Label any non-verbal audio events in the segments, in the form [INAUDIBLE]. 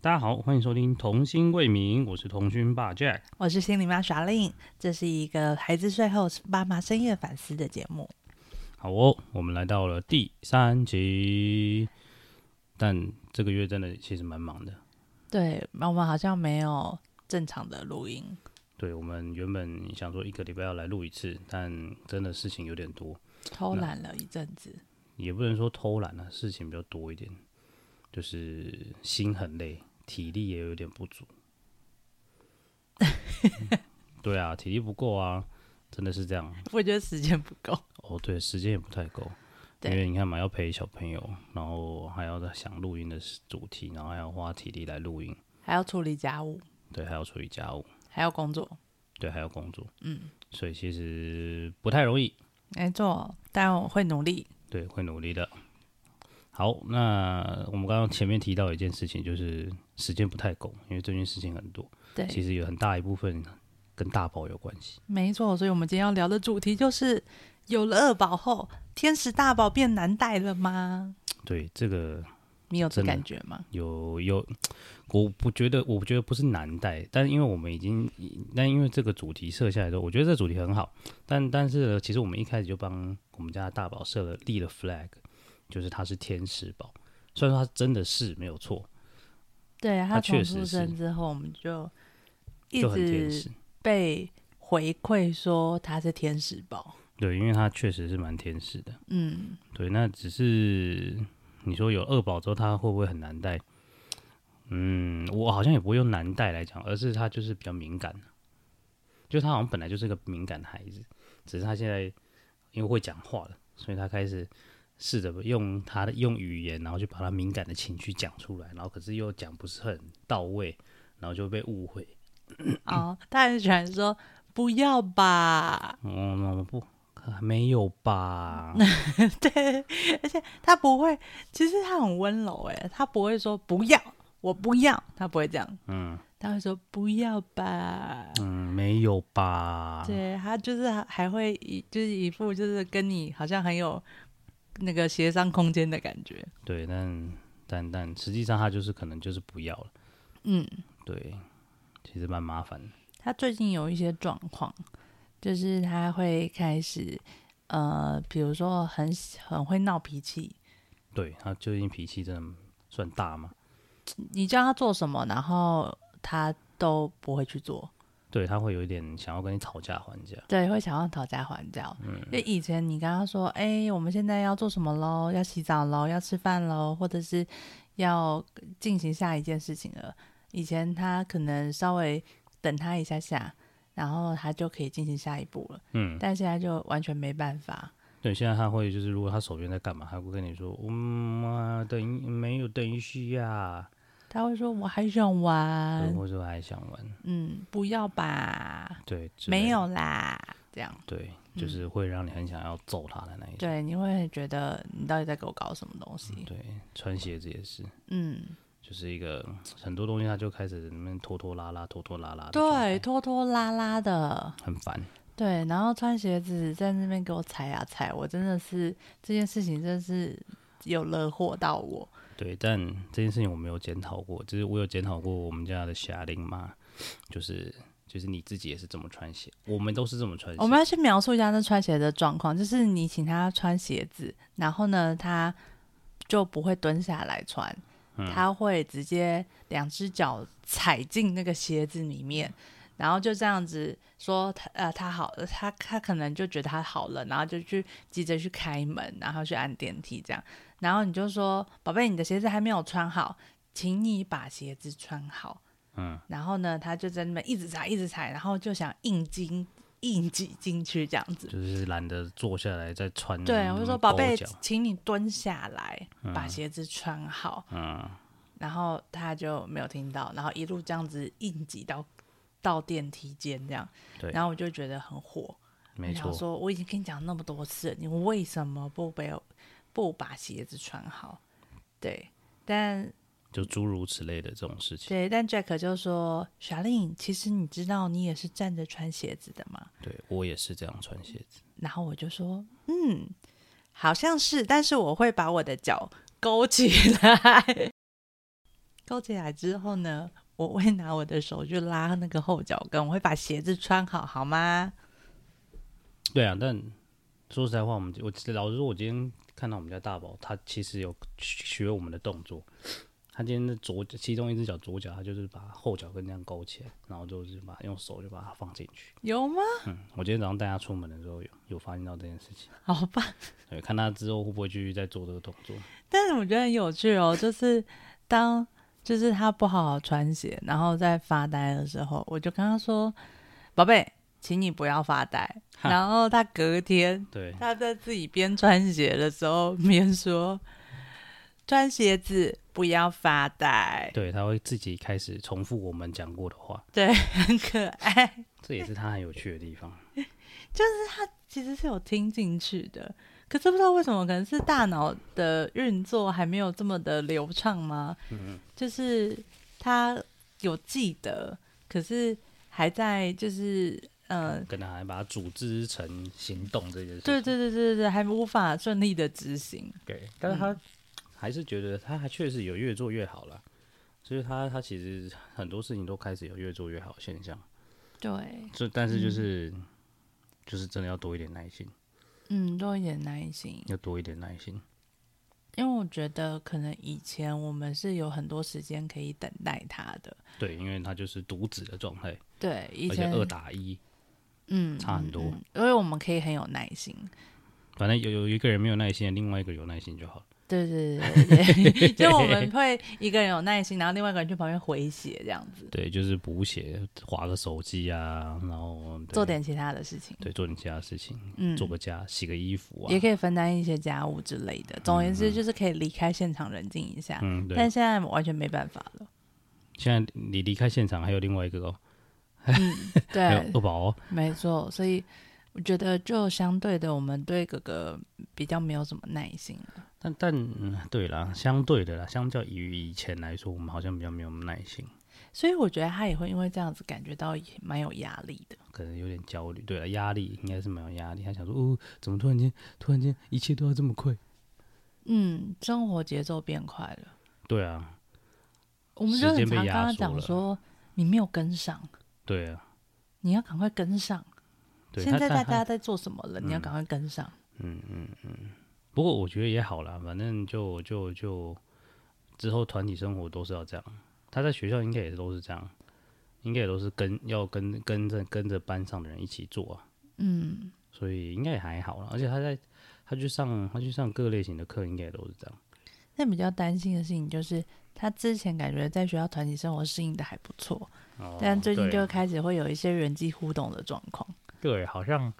大家好，欢迎收听《童心未泯》，我是童勋爸 Jack。我是心理妈耍令，这是一个孩子睡后爸妈深夜反思的节目。好哦，我们来到了第三集，但这个月真的其实蛮忙的。对，我们好像没有正常的录音。对我们原本想说一个礼拜要来录一次，但真的事情有点多，偷懒了一阵子，也不能说偷懒啊，事情比较多一点，就是心很累，体力也有点不足。嗯对啊，体力不够啊，真的是这样。我觉得时间不够。哦，对，时间也不太够，因对为你看嘛，要陪小朋友，然后还要在想录音的主题，然后还要花体力来录音，还要处理家务，对，还要处理家务，还要工作。对，还要工作，嗯，所以其实不太容易，没错，但我会努力。对，会努力的。好，那我们刚刚前面提到一件事情，就是时间不太够，因为最近事情很多，其对，实有很大一部分跟大宝有关系。没错。所以我们今天要聊的主题就是：有了二宝后，天使大宝变难带了吗？对，这个你有这真的感觉吗？有有，我不觉得，我觉得不是难带，但因为我们已经，但因为这个主题设下来之后，我觉得这主题很好，但但是呢，其实我们一开始就帮我们家的大宝设了立了 flag，就是他是天使宝，虽然说他真的是没有错，对他他确从实出是生之后，我们就一就很天直使，被回馈说他是天使宝。对，因为他确实是蛮天使的，嗯，对，那只是你说有二宝之后，他会不会很难带？嗯，我好像也不会用难带来讲，而是他就是比较敏感，啊就他好像本来就是个敏感的孩子，只是他现在因为会讲话了，所以他开始试着用他的用语言，然后去把他敏感的情绪讲出来，然后可是又讲不是很到位，然后就被误会。哦，他很喜欢说不要吧， [LAUGHS] 嗯，妈妈不，还没有吧？对，而且他不会，其实他很温柔哎，他不会说不要，我不要，他不会这样，嗯他会说不要吧，嗯，没有吧？对他就是还还会一就是一副就是跟你好像很有那个协商空间的感觉，对，但但但实际上他就是可能就是不要了，嗯，对，其实蛮麻烦的。他最近有一些状况，就是他会开始呃，比如说很很会闹脾气，对他最近脾气真的算大嘛，你叫他做什么，然后他都不会去做，对他会有一点想要跟你讨价还价，对，会想要讨价还价。就以前你跟他说，哎、我们现在要做什么喽？要洗澡喽？要吃饭喽？或者是要进行下一件事情了。以前他可能稍微等他一下下，然后他就可以进行下一步了，嗯，但现在就完全没办法。对，现在他会就是如果他手边在干嘛，他会跟你说，嗯啊，等一没有等一下，他会说：“我还想对，玩，或者说还想玩，嗯，不要吧，对，之类没的，有嗯啦。”这样，对，就是会让你很想要揍他的那一种，对，你会觉得你到底在给我搞什么东西？对，穿鞋子也是。嗯，就是一个很多东西，他就开始在那边拖拖拉拉、拖拖拉拉的状态，对，拖拖拉拉的，很烦。对，然后穿鞋子在那边给我踩啊踩，我真的是这件事情真是有惹祸到我。对，但这件事情我没有检讨过，只是我有检讨过我们家的霞令妈，就是就是你自己也是这么穿鞋，我们都是这么穿鞋。我们要去描述一下那穿鞋的状况，就是你请他穿鞋子，然后呢，他就不会蹲下来穿，嗯他会直接两只脚踩进那个鞋子里面。然后就这样子说他呃他好了，他他可能就觉得他好了，然后就去急着去开门，然后去按电梯这样。然后你就说宝贝，你的鞋子还没有穿好，请你把鞋子穿好。嗯，然后呢，他就在那边一直踩一直踩，然后就想硬进硬挤进去这样子。就是懒得坐下来再穿那对，种包我脚。就说宝贝，请你蹲下来，把鞋子穿好。嗯，然后他就没有听到，然后一路这样子硬挤到到电梯间这样。对然后我就觉得很火，没我想错，说我已经跟你讲那么多次了，你为什么不被不把鞋子穿好？对，但就诸如此类的这种事情。对，但 Jack 就说：“小令，其实你知道你也是站着穿鞋子的嘛。对我也是这样穿鞋子，”然后我就说：“嗯，好像是，但是我会把我的脚勾起来。”勾起来之后呢，我会拿我的手去拉那个后脚跟，我会把鞋子穿好，好吗？对啊，但说实在话，我们我老实说，我今天看到我们家大宝，他其实有学我们的动作。他今天的左其中一只脚左脚，他就是把后脚跟这样勾起来，然后就是把用手就把它放进去。有吗？嗯，我今天早上带他出门的时候有有发现到这件事情，好吧，对，看他之后会不会继续再做这个动作。但是我觉得很有趣哦，就是当就是他不好好穿鞋，然后在发呆的时候，我就跟他说：“宝贝，请你不要发呆。”哈然后他隔天对，他在自己边穿鞋的时候边说：“穿鞋子不要发呆。对，他会自己开始重复我们讲过的话，”对，很可爱。这也是他很有趣的地方。其实是有听进去的，可是不知道为什么，可能是大脑的运作还没有这么的流畅吗？嗯，就是他有记得，可是还在就是呃，跟他还把它组织成行动这件事情。对对对对对，还无法顺利的执行。对，但是嗯他还是觉得他还确实有越做越好了，所以他他其实很多事情都开始有越做越好的现象。对，这但是就是、就是真的要多一点耐心，嗯，多一点耐心，要多一点耐心。因为我觉得可能以前我们是有很多时间可以等待他的。对，因为他就是独子的状态，对，以而且前二打一，嗯差很多嗯嗯因为我们可以很有耐心。反正有有一个人没有耐心，另外一个有耐心就好了。对对对对对， [LAUGHS] 就我们会一个人有耐心，然后另外一个人去旁边回血这样子，对，就是补血，划个手机啊，然后对做点其他的事情，对做点其他事情，嗯，做个家，洗个衣服啊，也可以分担一些家务之类的。总而言之，就是可以离开现场冷静一下。嗯，对但。现在完全没办法了。现在你离开现场还有另外一个哦，还有 [LAUGHS] 对，二宝哦，没错，所以我觉得就相对的，我们对哥哥比较没有什么耐心了。但但嗯，对啦，相对的啦，相较于以前来说，我们好像比较没有耐心，所以我觉得他也会因为这样子感觉到也蛮有压力的。可能有点焦虑。对了，压力应该是没有压力。他想说，哦，怎么突然间，突然间一切都要这么快？嗯，生活节奏变快了，对啊，我们就时很间被常跟压他缩讲了说，你没有跟上。对啊，你要赶快跟上。对。啊现他在大但他嗯家在做什么了？你要赶快跟上。不过我觉得也好啦，反正就就就之后团体生活都是要这样。他在学校应该也都是这样，应该也都是跟要跟跟着跟着班上的人一起做啊，嗯，所以应该也还好啦。而且他在他去上他去上各类型的课，应该也都是这样。但比较担心的事情就是，他之前感觉在学校团体生活适应的还不错，哦但最近对就开始会有一些人际互动的状况。对，好像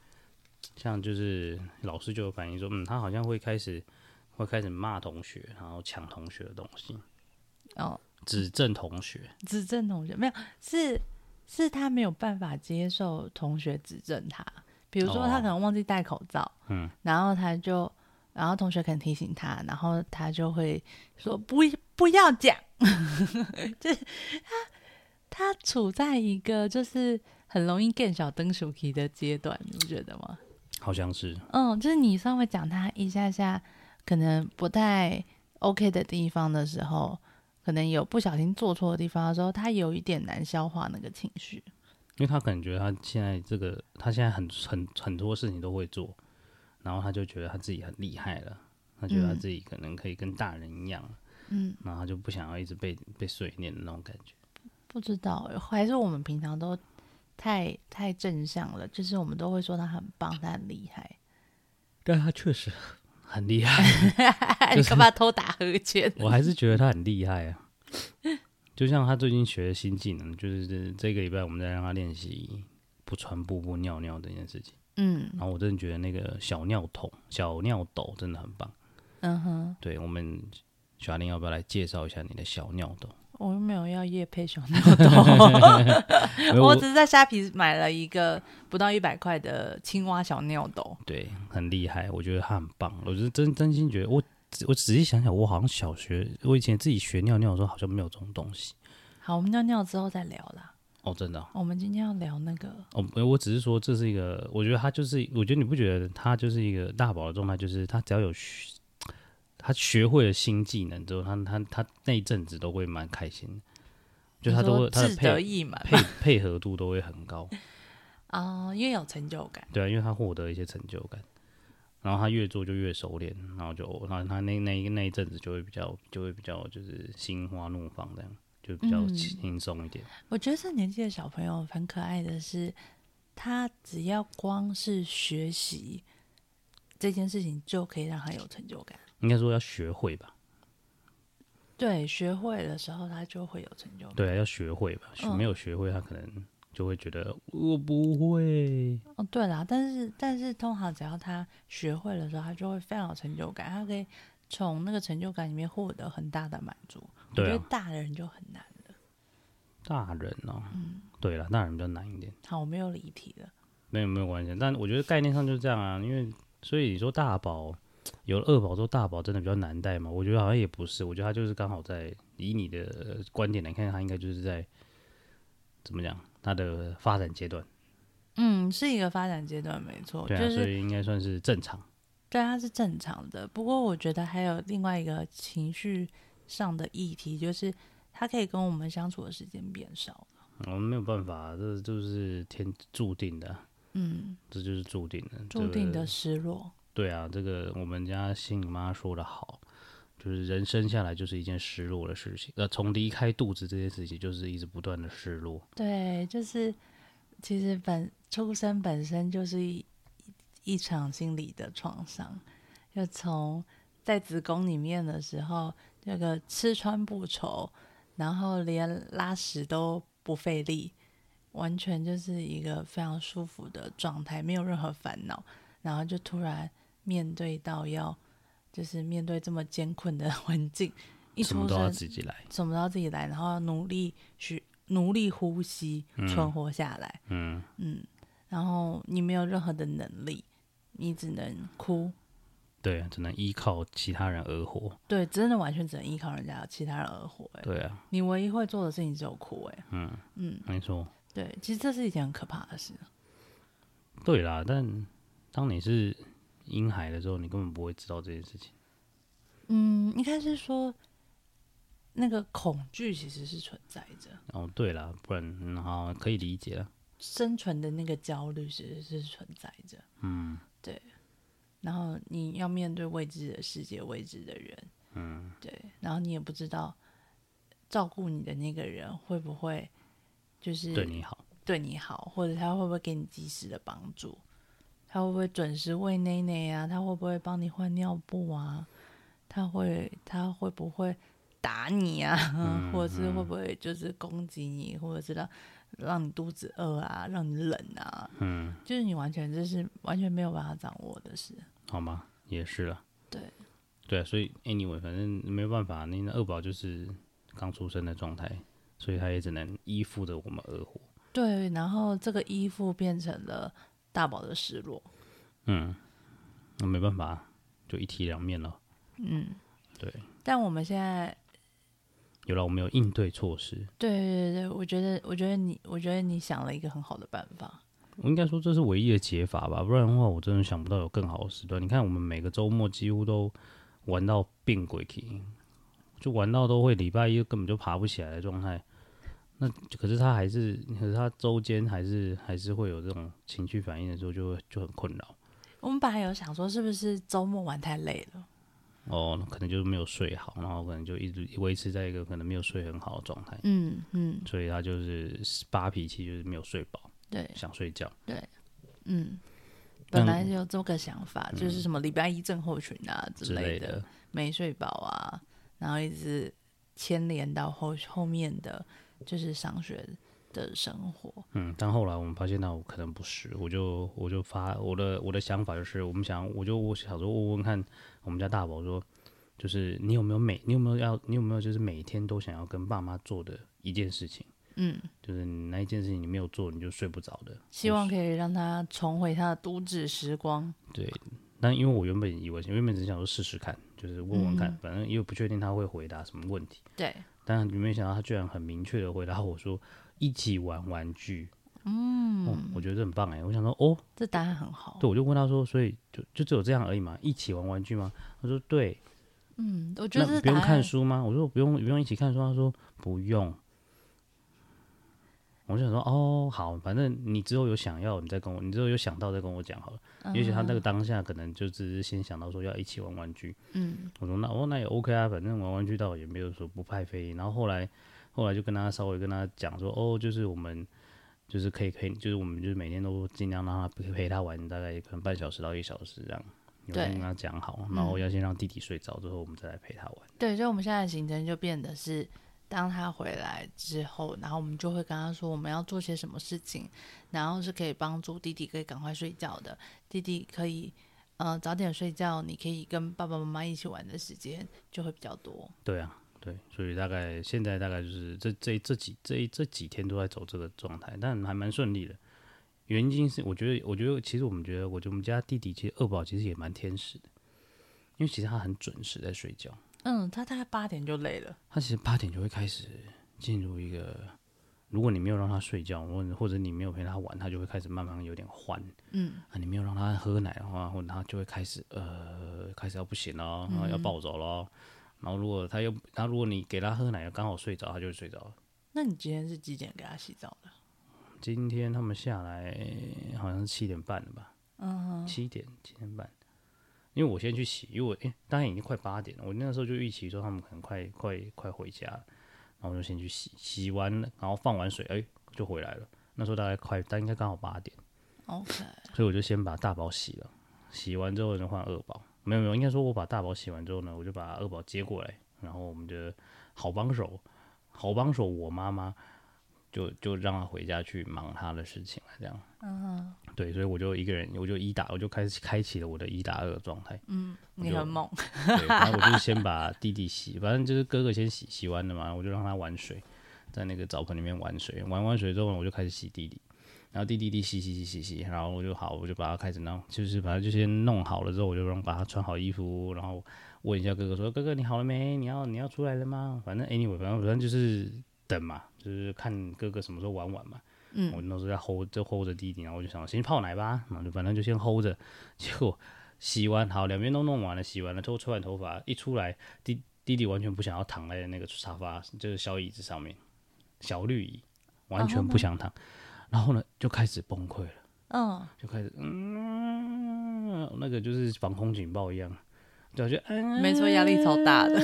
像就是老师就有反映说，嗯，他好像会开始会开始骂同学，然后抢同学的东西，哦，指正同学。指正同学没有，是是他没有办法接受同学指正他，比如说哦他可能忘记戴口罩，嗯，然后他就，然后同学可能提醒他，然后他就会说不不要讲， [LAUGHS] 就是他他处在一个就是很容易变小灯熟皮的阶段，你不觉得吗？好像是，嗯，就是你稍微讲他一下下，可能不太 OK 的地方的时候，可能有不小心做错的地方的时候，他有一点难消化那个情绪。因为他感觉他现在这个，他现在很很很多事情都会做，然后他就觉得他自己很厉害了，他觉得他嗯自己可能可以跟大人一样，嗯，然后他就不想要一直被被碎念的那种感觉。不知道，欸还是我们平常都太太正向了，就是我们都会说他很棒，他很厉害。但他确实很厉 [LAUGHS] 害， [LAUGHS] 你干嘛偷打和拳？我还是觉得他很厉害 [LAUGHS] 啊。就像他最近学的新技能，就是这这个礼拜我们在让他练习不穿布布尿尿这件事情。嗯然后我真的觉得那个小尿桶、小尿斗真的很棒。嗯哼，对我们小阿玲要不要来介绍一下你的小尿斗？我又没有要夜配 [LAUGHS] 小尿斗，没有我 [LAUGHS] 我只是在虾皮买了一个不到一百块的青蛙小尿斗。对，很厉害，我觉得他很棒。我是真真心觉得我，我仔细想想，我好像小学我以前自己学尿尿的时候，好像没有这种东西。好，我们尿尿之后再聊啦。哦，真的哦、我们今天要聊那个，哦，没有我只是说这是一个，我觉得他就是，我觉得你不觉得他就是一个大宝的状态，就是他只要有需，他学会了新技能之后，他他他那一阵子都会蛮开心的，就他都会你他的说志得配意满配 [LAUGHS] 配合度都会很高，啊、因为有成就感。对啊，因为他获得一些成就感，然后他越做就越熟练，然后就然后他那那一那一阵子就会比较就会比较就是心花怒放这样，就比较嗯轻松一点。我觉得这年纪的小朋友很可爱的是，他只要光是学习这件事情，就可以让他有成就感。应该说要学会吧，对，学会的时候他就会有成就感。对啊，要学会吧，学嗯没有学会他可能就会觉得我不会，哦，对啦，但是但是通常只要他学会的时候，他就会非常有成就感，他可以从那个成就感里面获得很大的满足。对我觉啊得，大人就很难。大人哦、嗯对了，大人比较难一点。好，我们又离题了。没有没有关系，但我觉得概念上就是这样啊，因为所以你说大宝有了二宝之后，大宝真的比较难带嘛？我觉得好像也不是，我觉得他就是刚好在以你的呃观点来看，他应该就是在怎么讲他的发展阶段，嗯，是一个发展阶段，没错，对啊，哦就所是以应该算是正常。对他是正常的。不过我觉得还有另外一个情绪上的议题，就是他可以跟我们相处的时间变少。我们没有办法，这就是天注定的，啊嗯，这就是注定的，注定这的个失落。对啊，这个我们家新姨妈说的好，就是人生下来就是一件失落的事情。呃，从离开肚子这件事情，就是一直不断的失落。对，就是其实本出生本身就是一一场心理的创伤，就从在子宫里面的时候，那个吃穿不愁，然后连拉屎都不费力，完全就是一个非常舒服的状态，没有任何烦恼，然后就突然面对到要就是面对这么艰困的 [LAUGHS] 环境，一什么都出要生自己来。什么都要自己来，然后要努力去努力呼吸，存活下来。嗯，嗯，然后你没有任何的能力，你只能哭。对啊，只能依靠其他人而活。对，真的完全只能依靠人家其他人而活、欸。对啊，你唯一会做的事情只有哭、欸。哎，没错，对，其实这是一件很可怕的事。对啦。但当你是婴孩的时候，你根本不会知道这件事情。嗯，应该是说那个恐惧其实是存在着，哦，对啦，不然、嗯、好可以理嗯解了。生存的那个焦虑其实是存在着。嗯，然后你要面对未知的世界、未知的人，嗯，对，然后你也不知道照顾你的那个人会不会就是对你好。对你好，或者他会不会给你及时的帮助，他会不会准时喂奶奶啊，他会不会帮你换尿布啊，他会他会不会打你啊， [LAUGHS] 或者是会不会就是攻击你，或者是让让你肚子饿啊，让你冷啊，嗯，就是你完全这是完全没有办法掌握的事。好吗？也是啦。对。对啊，所以 anyway，反正没有办法，那二宝就是刚出生的状态，所以他也只能依附着我们而活。对，然后这个衣服变成了大宝的失落。嗯，那没办法，就一体两面了。嗯，对，但我们现在，有了我们有应对措施，对对对，我觉得，我觉得你，我觉得你想了一个很好的办法。我应该说这是唯一的解法吧，不然的话我真的想不到有更好的时段。你看，我们每个周末几乎都玩到病鬼去，就玩到都会礼拜一根本就爬不起来的状态。那可是他还是，可是他周间还是还是会有这种情绪反应的时候就，会就很困扰我们本来有想说，是不是周末玩太累了？哦，那可能就是没有睡好，然后可能就一直维持在一个可能没有睡很好的状态，嗯嗯，所以他就是发脾气，就是没有睡饱，对，想睡觉。嗯，但本嗯来有这个想法，就是什么礼拜一症候群啊之之类类的，的，没睡饱啊，然后一直牵连到后后面的就是上学的生活。嗯，但后来我们发现到可能不是，我就我就发我的我的想法就是，我们想我就我想说问问看我们家大宝说，就是你有没有每你有没有要你有没有就是每天都想要跟爸妈做的一件事情，嗯，就是你那一件事情你没有做你就睡不着的。希望可以让他重回他的都市时光。对，但因为我原本以为我原本只想说试试看，就是问问看，嗯反正因为不确定他会回答什么问题，对，但没想到他居然很明确的回答我说一起玩玩具。嗯、我觉得这很棒哎，我想说哦。这答案很好。对，我就问他说，所以就就只有这样而已嘛，一起玩玩具吗？他说对，嗯，我觉得那这不用答看案，书吗？我说不用，不用一起看书。啊他说不用。我就想说，哦，好，反正你之后有想要，你再跟我，你之后有想到再跟我讲好了。也许他那个当下可能就只是先想到说要一起玩玩具。嗯我说那哦那也 OK 啊，反正玩玩具倒也没有说不派飞。然后后来后来就跟他稍微跟他讲说，哦，就是我们就是可以可以，就是我们就是每天都尽量让他陪陪他玩，大概可能半小时到一小时这样。有对嗯先跟他讲好，然后要先让弟弟睡着之后，我们再来陪他玩。对，所以我们现在的行程就变得是，当他回来之后，然后我们就会跟他说我们要做些什么事情，然后是可以帮助弟弟可以赶快睡觉的，弟弟可以呃早点睡觉，你可以跟爸爸妈妈一起玩的时间就会比较多。对啊，对，所以大概现在大概就是这这这几这这几天都在走这个状态，但还蛮顺利的。原因是我觉得，我觉得其实我们觉得，我觉得我们家弟弟其实二宝其实也蛮天使的，因为其实他很准时在睡觉，嗯，他大概八点就累了。他其实八点就会开始进入一个，如果你没有让他睡觉，或者或者你没有陪他玩，他就会开始慢慢有点欢。嗯，啊，你没有让他喝奶的话，或者他就会开始呃，开始要不行了，然后要暴走了。然后如果他又，然后如果你给他喝奶，刚好睡着，他就会睡着了。那你今天是几点给他洗澡的？今天他们下来好像是七点半了吧？嗯，七点七点半。因为我先去洗，因为我诶、当然已经快八点了，我那时候就预期说他们可能快快快回家了，然后我就先去洗，洗完了然后放完水，哎、就回来了。那时候大概快，但应该刚好八点。 OK，所以我就先把大宝洗了，洗完之后呢换二宝，没有没有，应该说我把大宝洗完之后呢，我就把二宝接过来，然后我们的好帮手，好帮手我妈妈就就让他回家去忙他的事情了，这样。嗯，对，所以我就一个人，我就一打，我就开始开启了我的一打二的状态。 [LAUGHS] 你很猛。对，然后我就是先把弟弟洗，反正就是哥哥先洗，洗完了嘛，我就让他玩水，在那个澡盆里面玩水，玩完水之后呢，我就开始洗弟弟，然后弟弟弟洗洗洗洗洗，然后我就好，我就把他开始弄，就是把他就先弄好了之后，我就让把他穿好衣服，然后问一下哥哥说：“哥哥你好了没？你要你要出来了吗？”反正 anyway，反正反正就是等嘛，就是看哥哥什么时候玩完嘛。嗯我那时候在 hold 就 hold 着弟弟，然后我就想先泡奶吧，然后就反正就先 hold 着，结果洗完好，两边都弄完了，洗完了之后吹完头发一出来，弟弟弟完全不想要躺在那个沙发，就是小椅子上面，小绿椅，完全不想躺，然后呢就开始崩溃了，嗯，就开始嗯，那个就是防空警报一样，就就嗯，没错，压力超大 [LAUGHS] 的。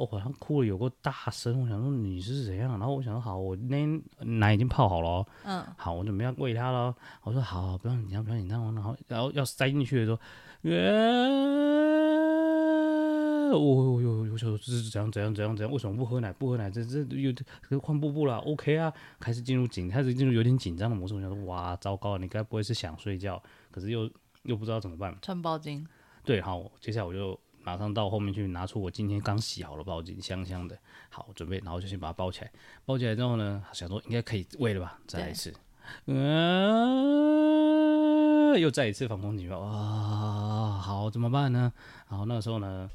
我好像哭了有够大声，我想说你是怎样？然后我想说好，我那天奶已经泡好了哦、嗯，好，我准备要喂它了哦。我说好好，不要紧张，不要紧张。然后然后要塞进去的时候，呃，我我我我想说这是怎样怎样怎样怎样？为什么不喝奶？不喝奶，这这有这换布布了，OK 啊？开始进入紧，开始进入有点紧张的模式。我想说哇，糟糕，你该不会是想睡觉，可是又又不知道怎么办？穿包巾。对，好，接下来我就马上到后面去拿出我今天刚洗好的包巾，香香的，好，准备，然后就先把它包起来。包起来之后呢，想说应该可以喂了吧，再来一次，嗯、又再一次防空警报啊，好，怎么办呢？然后那个时候呢，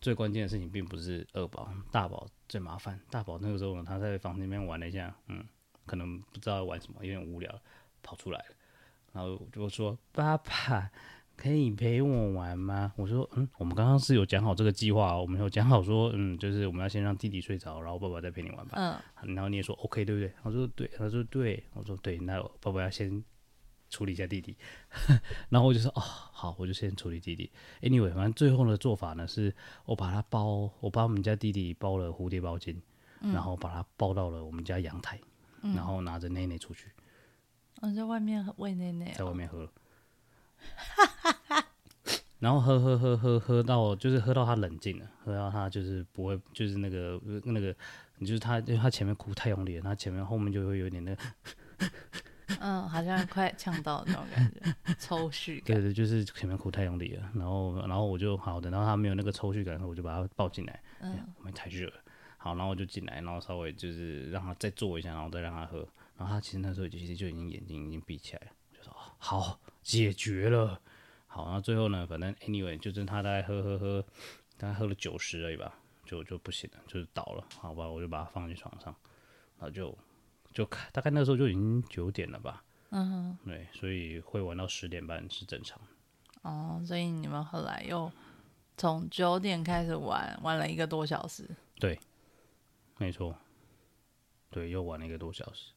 最关键的事情并不是二宝，大宝最麻烦。大宝那个时候呢，他在房间里面玩了一下，嗯，可能不知道玩什么，有点无聊，跑出来了，然后我就说：“爸爸，可以陪我玩吗？我说，嗯，我们刚刚是有讲好这个计划哦、我们有讲好说，嗯，就是我们要先让弟弟睡着，然后爸爸再陪你玩吧。嗯，然后你也说 OK，对不对？我说对，他说对，我说对，那我爸爸要先处理一下弟 [LAUGHS] 弟，然后我就说哦，好，我就先处理弟弟。Anyway，反正最后的做法呢，是我把他包，我把我们家弟弟包了蝴蝶包巾，然后把他抱到了我们家阳台，然后拿着内内出去，我嗯在外面喂内内在哦。外面喝了， [LAUGHS] 然后喝喝喝喝喝到就是喝到他冷静了，喝到他就是不会就是那个那个，你就是他因为他前面哭太用力了，他前面后面就会有点那个， [LAUGHS] 嗯，好像快呛到那种感 [LAUGHS] 觉，抽搐对感。对，就是前面哭太用力了，然后然后我就好等到他没有那个抽搐感的时候，我就把他抱进来，哎嗯外面太热了，好，然后我就进来，然后稍微就是让他再坐一下，然后再让他喝，然后他其实那时候其实就已经眼睛已经闭起来了，就说哦好解决了，好，然后最后呢，反正 anyway 就是他大概喝喝喝，大概喝了九十而已吧，就就不行了，就是倒了，好吧，我就把他放进床上，然后就就看大概那时候就已经九点了吧，嗯，对，所以会玩到十点半是正常的。哦，所以你们后来又从九点开始玩，玩了一个多小时。没错，对，又玩了一个多小时，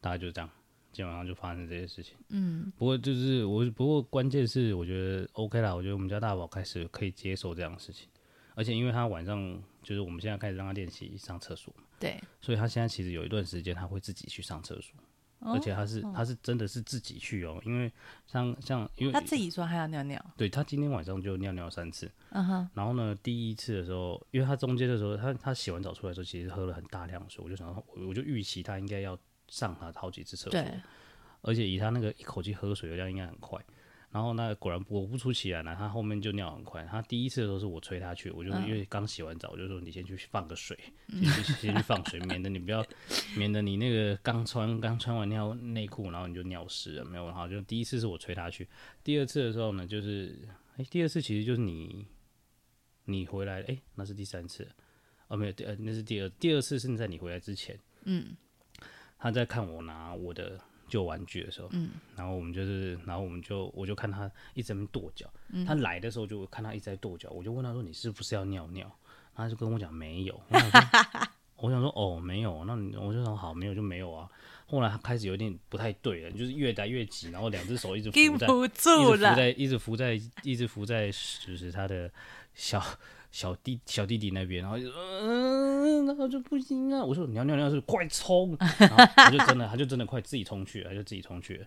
大概就是这样，基本上就发生这些事情。嗯，不过就是我，不过关键是我觉得 OK 啦，我觉得我们家大宝开始可以接受这样的事情，而且因为他晚上就是我们现在开始让他练习上厕所嘛，对，所以他现在其实有一段时间他会自己去上厕所，哦而且他是他是真的是自己去哦，因为像像因为他自己说还要尿尿。对他今天晚上就尿尿三次，嗯哼，然后呢，第一次的时候，因为他中间的时候，他他洗完澡出来的时候，其实喝了很大量的水，我就想说，我我就预期他应该要上他好几次厕所，对，而且以他那个一口气喝水的量，应该很快。然后那果然我不出奇然呢、他后面就尿很快。他第一次的时候是我催他去，我嗯就说因为刚洗完澡，我就说你先去放个水，先去先去放水，免得你不要， [LAUGHS] 免得你那个刚穿刚穿完尿内裤，然后你就尿湿了，没有。然后就第一次是我催他去，第二次的时候呢，就是哎，第二次其实就是你你回来，哎，那是第三次，哦没有，第呃那是第二第二次是在你回来之前，嗯，他在看我拿我的旧玩具的时候，嗯，然后我们就是，然后我们就我就看他一直在那边跺脚，他来的时候就看他一直在跺脚，我就问他说你是不是要尿尿？然后他就跟我讲没有，我想说我想说哦没有，那你我就说好没有就没有啊。后来他开始有点不太对了，就是越来越急，然后两只手一直禁扶在不一直住浮了。在一直浮在一直浮在就是他的小小弟小弟弟那边，然后就嗯、然后就不行啊！我说你要尿尿是快冲，然后他就真的他就真的快自己冲去了，他就自己冲去了。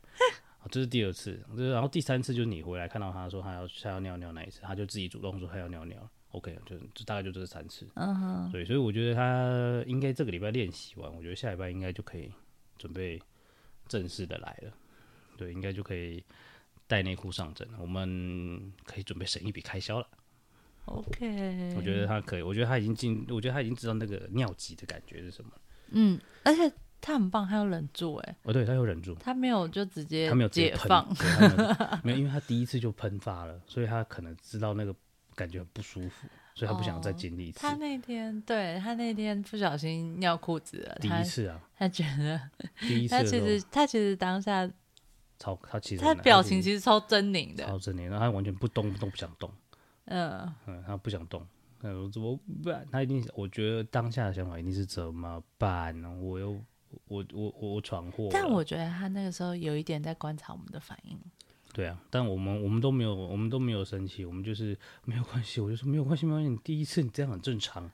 好这是第二次，这是然后第三次就是你回来看到他说他要他要尿尿那一次，他就自己主动说他要尿尿。OK，就就大概就这三次。嗯哼，对，所以我觉得他应该这个礼拜练习完，我觉得下礼拜应该就可以准备正式的来了。对，应该就可以带内裤上阵了，我们可以准备省一笔开销了。 OK，我觉得他可以，我觉得他已经进，我觉得他已经知道那个尿急的感觉是什么了。嗯，而且他很棒，他有忍住、哎，哦，对，他有忍住，他没有就直接他没有直接解喷，放，对他没有没有，因为他第一次就喷发了，所以他可能知道那个感觉很不舒服，所以他不想再哦经历一次。他那天对他那天不小心尿裤子了，第他一次啊，他觉得第一次他的其时实候他其实当下超，他其实他很难表其情实其实超狰狞的，超狰狞，然后他完全不动不动不想动。嗯，嗯，他不想动，那我怎么办？他一定，我觉得当下的想法一定是怎么办呢？我又，我我我我闯祸了，但我觉得他那个时候有一点在观察我们的反应，对啊，但我们我们都没有，我们都没有生气，我们就是 [LAUGHS] 没有关系，我就说没有关系，没有关系，你第一次你这样很正常，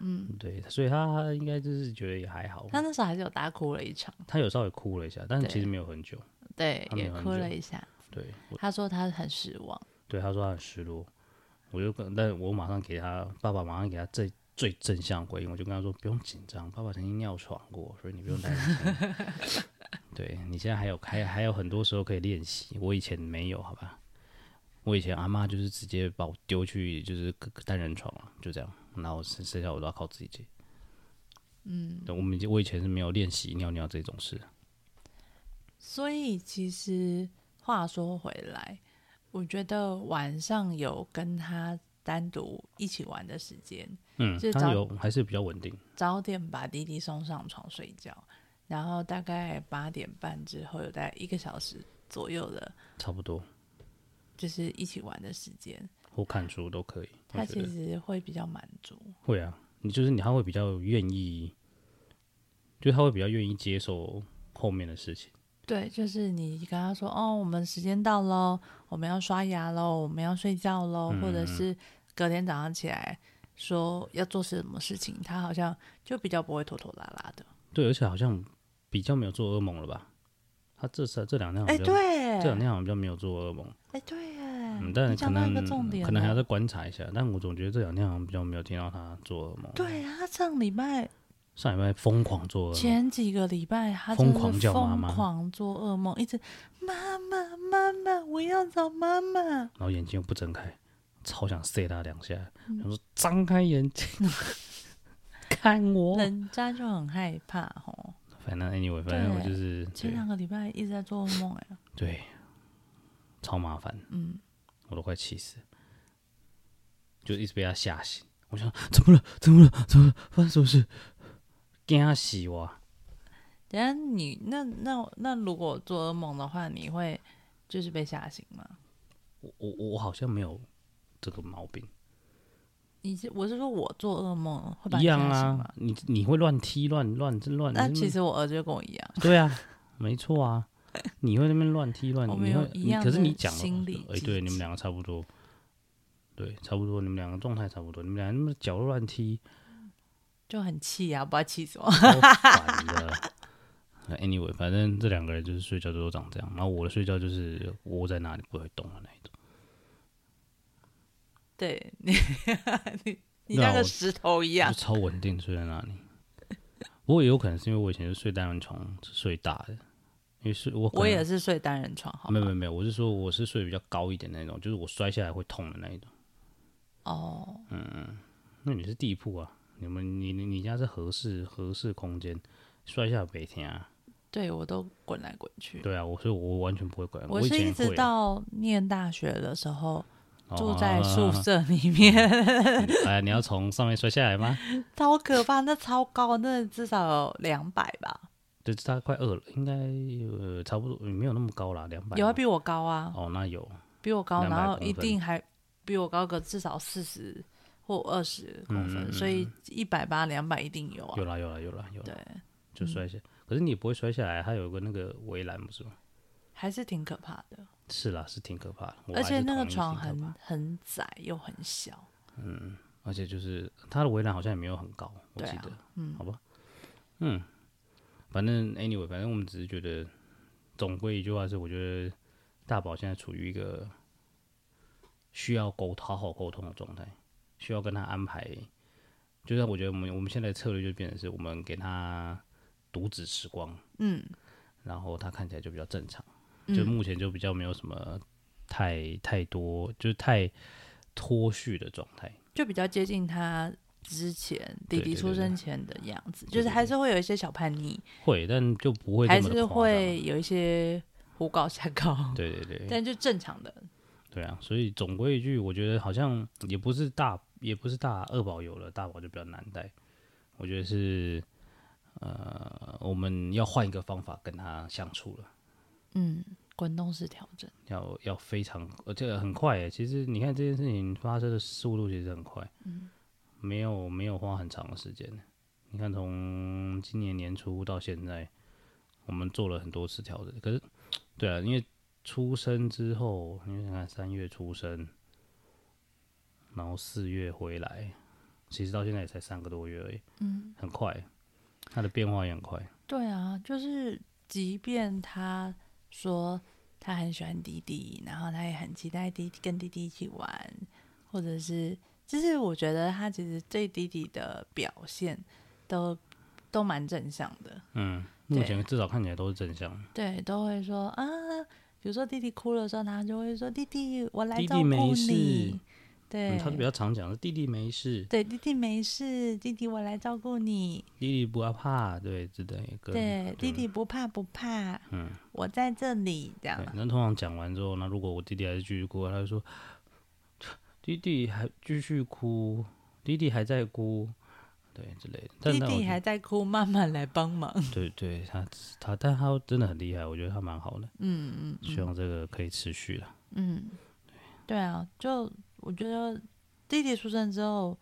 嗯，对，所以他应该就是觉得也还好，他那时候还是有大哭了一场，他有稍微哭了一下，但是对其实没有很久，对，他没也有很哭久了一下，对，我他说他很失望，对他说他很失落，我就跟，但我马上给他爸爸马上给他最最正向回应，我就跟他说不用紧张，爸爸曾经尿床过，所以你不用担心。 [LAUGHS] 对你现在还有还还有很多时候可以练习，我以前没有，好吧？我以前阿妈就是直接把我丢去就是个个单人床了，就这样，然后剩剩下我都要靠自己接。嗯，我们以前我以前是没有练习尿尿这种事，所以其实话说回来，我觉得晚上有跟他单独一起玩的时间，嗯就是，他早有还是比较稳定，早点把弟弟送上床睡觉，然后大概八点半之后有大概一个小时左右的，差不多就是一起玩的时间，或看书都可以。我他觉得其实会比较满足。会啊，你就是你，他会比较愿意，就是他会比较愿意接受后面的事情。对，就是你跟他说哦，我们时间到喽，我们要刷牙喽，我们要睡觉喽，或嗯者是隔天早上起来说要做些什么事情，他好像就比较不会拖拖拉拉的。对，而且好像比较没有做噩梦了吧？他这次这两天好哎，像比较、对，这两天好像比较没有做噩梦，哎，对耶，嗯，你但可讲到一能个重点哦，可能还要再观察一下。但我总觉得这两天好像比较没有听到他做噩梦。对啊他上礼拜上礼拜疯狂做噩梦，前几个礼拜，他疯真的狂是叫妈妈疯狂做噩梦，一直妈妈妈妈，我要找妈妈。然后眼睛又不睁开，超想塞他两下，嗯想说张开眼 [LAUGHS] 睛看我。人家就很害怕吼。反正 anyway，反正我对啊就是对前两个礼拜一直在做噩梦、哎，对，超麻烦。嗯，我都快气死了，就一直被他吓醒。我想怎么了？怎么了？怎么了？发生什么事？惊死我！等一下你那那那如果做噩梦的话，你会就是被吓醒吗？我我我好像没有这个毛病。你是我是说我做噩梦会把一你样吓醒吗啊？，你你会乱踢乱乱乱，那其实。实我儿子就跟我一样， [LAUGHS] 对啊，没错啊，你会那边乱踢乱，我们你有会，一你样可是的你讲了，心理哎，机对，你们制两个差不多，对，差不多，你们两个状态差不多，你们俩那么脚乱踢，就很气啊，不知道 [LAUGHS] 气什么。超烦的。 [LAUGHS] 那 Anyway，反正这两个人就是睡觉都长这样，然后我的睡觉就是窝在那里不会动的那一种。对你， [LAUGHS] 你你那像个我石头一样就，超稳定睡在那里。 [LAUGHS] 不过也有可能是因为我以前是睡单人床，是睡大的，因为是我可我能也是睡单人床，好没有没吗？有没有，我是说我是睡比较高一点的那种，就是我摔下来会痛的那一种。嗯哦，那你是地铺啊，你们你你你家是合适合适空间，摔下北天啊，对我都滚来滚去。对啊，我所以我完全不会管，我以是前一也直会到念大学的时候哦住在宿啊舍里面， [LAUGHS] 哎，你要从上面摔下来吗？ [LAUGHS] 超可怕，那超高，那至少有两百吧，对，他快饿了，应该呃差不多没有那么高啦，两百有啊，比我高啊，哦那有，比我高， 200然后公分一定还比我高个至少四十或二十公分，所以一百八、两百一定有啊嗯有。啦有啦有啦有啦，对，就摔下，可是你也不会摔下来，它有个那个围栏不是吗？还是挺可怕的，是啦，是挺可怕的，我而还且是那个同意是床挺可怕很很窄又很小。而且就是它的围栏好像也没有很高，我对记啊得，嗯，好吧，嗯，反正 anyway，反正我们只是觉得，总归一句话是，我觉得大宝现在处于一个需要沟好好沟通的状态，需要跟他安排，就是我觉得我们我们现在的策略就变成是我们给他独子时光，嗯，然后他看起来就比较正常，就目前就比较没有什么太太多，就是太脱序的状态。就比较接近他之前弟对对弟出生前的样子，就是还是会有一些小叛逆，会，但就不会这还么的是夸张啊会有一些胡搞瞎搞，对对对，但就正常的。对啊，所以总归一句，我觉得好像也不是大，也不是大二宝有了，大宝就比较难带。我觉得是，呃，我们要换一个方法跟他相处了，嗯，滚动式调整，要要非常，而且很快耶。其实你看这件事情发生的速度其实很快，嗯没有没有花很长的时间。欸你看从今年年初到现在，我们做了很多次调整，可是，对啊，因为出生之后，你想想看三月出生，然后四月回来，其实到现在也才三个多月而已，嗯，很快，它的变化也很快，对啊，就是即便他说他很喜欢弟弟，然后他也很期待弟弟跟弟弟一起玩，或者是，就是我觉得他其实对弟弟的表现都都蛮正向的。嗯，目对前至少看起来都是正向的。对，都会说啊，比如说弟弟哭的时候，他就会说弟弟，我来弟弟照顾没你。事对、嗯，他是比较常讲的，弟弟没事，对，弟弟没事，弟弟我来照顾你。弟弟不要怕，对，这的一个，对，弟弟不怕不怕，嗯，我在这里这样对。。那通常讲完之后，那如果我弟弟还是继续哭，他就说，弟弟还继续哭，弟弟还在哭，对之类的。但弟但我弟觉还在哭，妈妈来帮忙。对对，他他，但他真的很厉害，我觉得他蛮好的，嗯嗯希望这个可以持续了。嗯，对啊，就我觉得弟弟出生之后，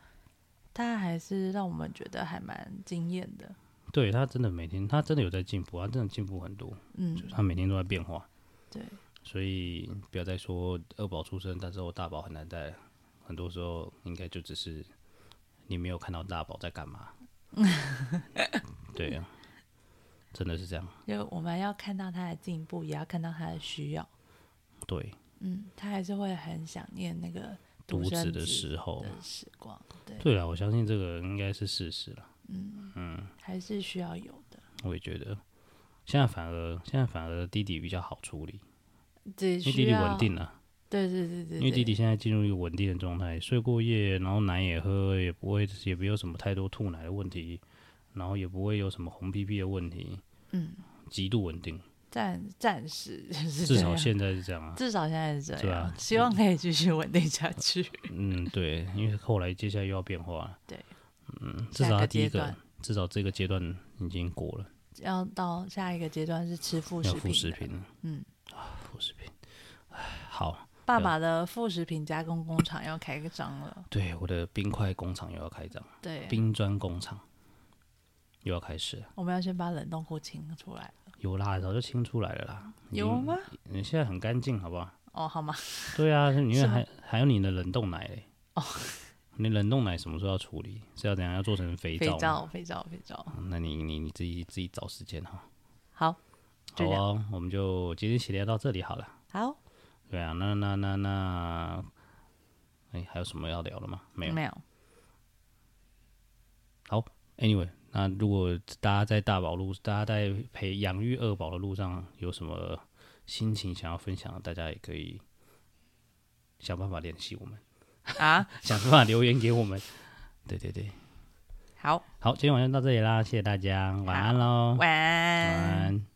他还是让我们觉得还蛮惊艳的。对他真的每天，他真的有在进步，他真的进步很多，嗯，就是他每天都在变化。对，所以不要再说二宝出生，但是我大宝很难带。很多时候应该就只是你没有看到大宝在干 [LAUGHS] 嘛。对啊，真的是这样。就我们要看到他的进步，也要看到他的需要。对，嗯，他还是会很想念那个独生子子的时候，的时光，对，对啊，我相信这个应该是事实了。还是需要有的。我也觉得，现在反而现在反而弟弟比较好处理，只因为需弟弟要稳定了。对对对对，因为弟对弟现在进入一个稳定的状态，睡过夜，然后奶也喝，也不会也没有什么太多吐奶的问题，然后也不会有什么红屁屁的问题，嗯，极度稳定，暂暂时就是至这少样现在是这样啊。至少现在是这对样，啊希望可以继续稳定下去。嗯，对，因为后来接下来又要变化了。对，嗯，至下少一他个第一阶个段，至少这个阶段已经过了，要到下一个阶段是吃副要食副品食的，品了。嗯啊，副食品，唉好，爸爸的副食品加工工厂要开张了，对，我的冰块工厂又要开张，对，冰砖工厂又要开始了，我们要先把冷冻库清出来。有啦，早就清出来了啦。已有经？吗？你现在很干净，好不好？哦，好吗？对啊，你是看吗还还有你的冷冻奶嘞。哦， [LAUGHS] 你冷冻奶什么时候要处理？是要怎样？要做成肥肥皂吗？皂，肥皂，肥皂。嗯那你你你自己自己找时间哈。好，就好这样啊，我们就今天系列到这里好了。好，对啊，那那那那，哎，还有什么要聊的吗？没有。没有， Anyway，那如果大家在大宝路，大家在培养育二宝的路上有什么心情想要分享的，大家也可以想办法联系我们，啊，想办法留言给我们。对对对，好，嗯好，今天晚上到这里啦，谢谢大家，晚安喽，晚安晚安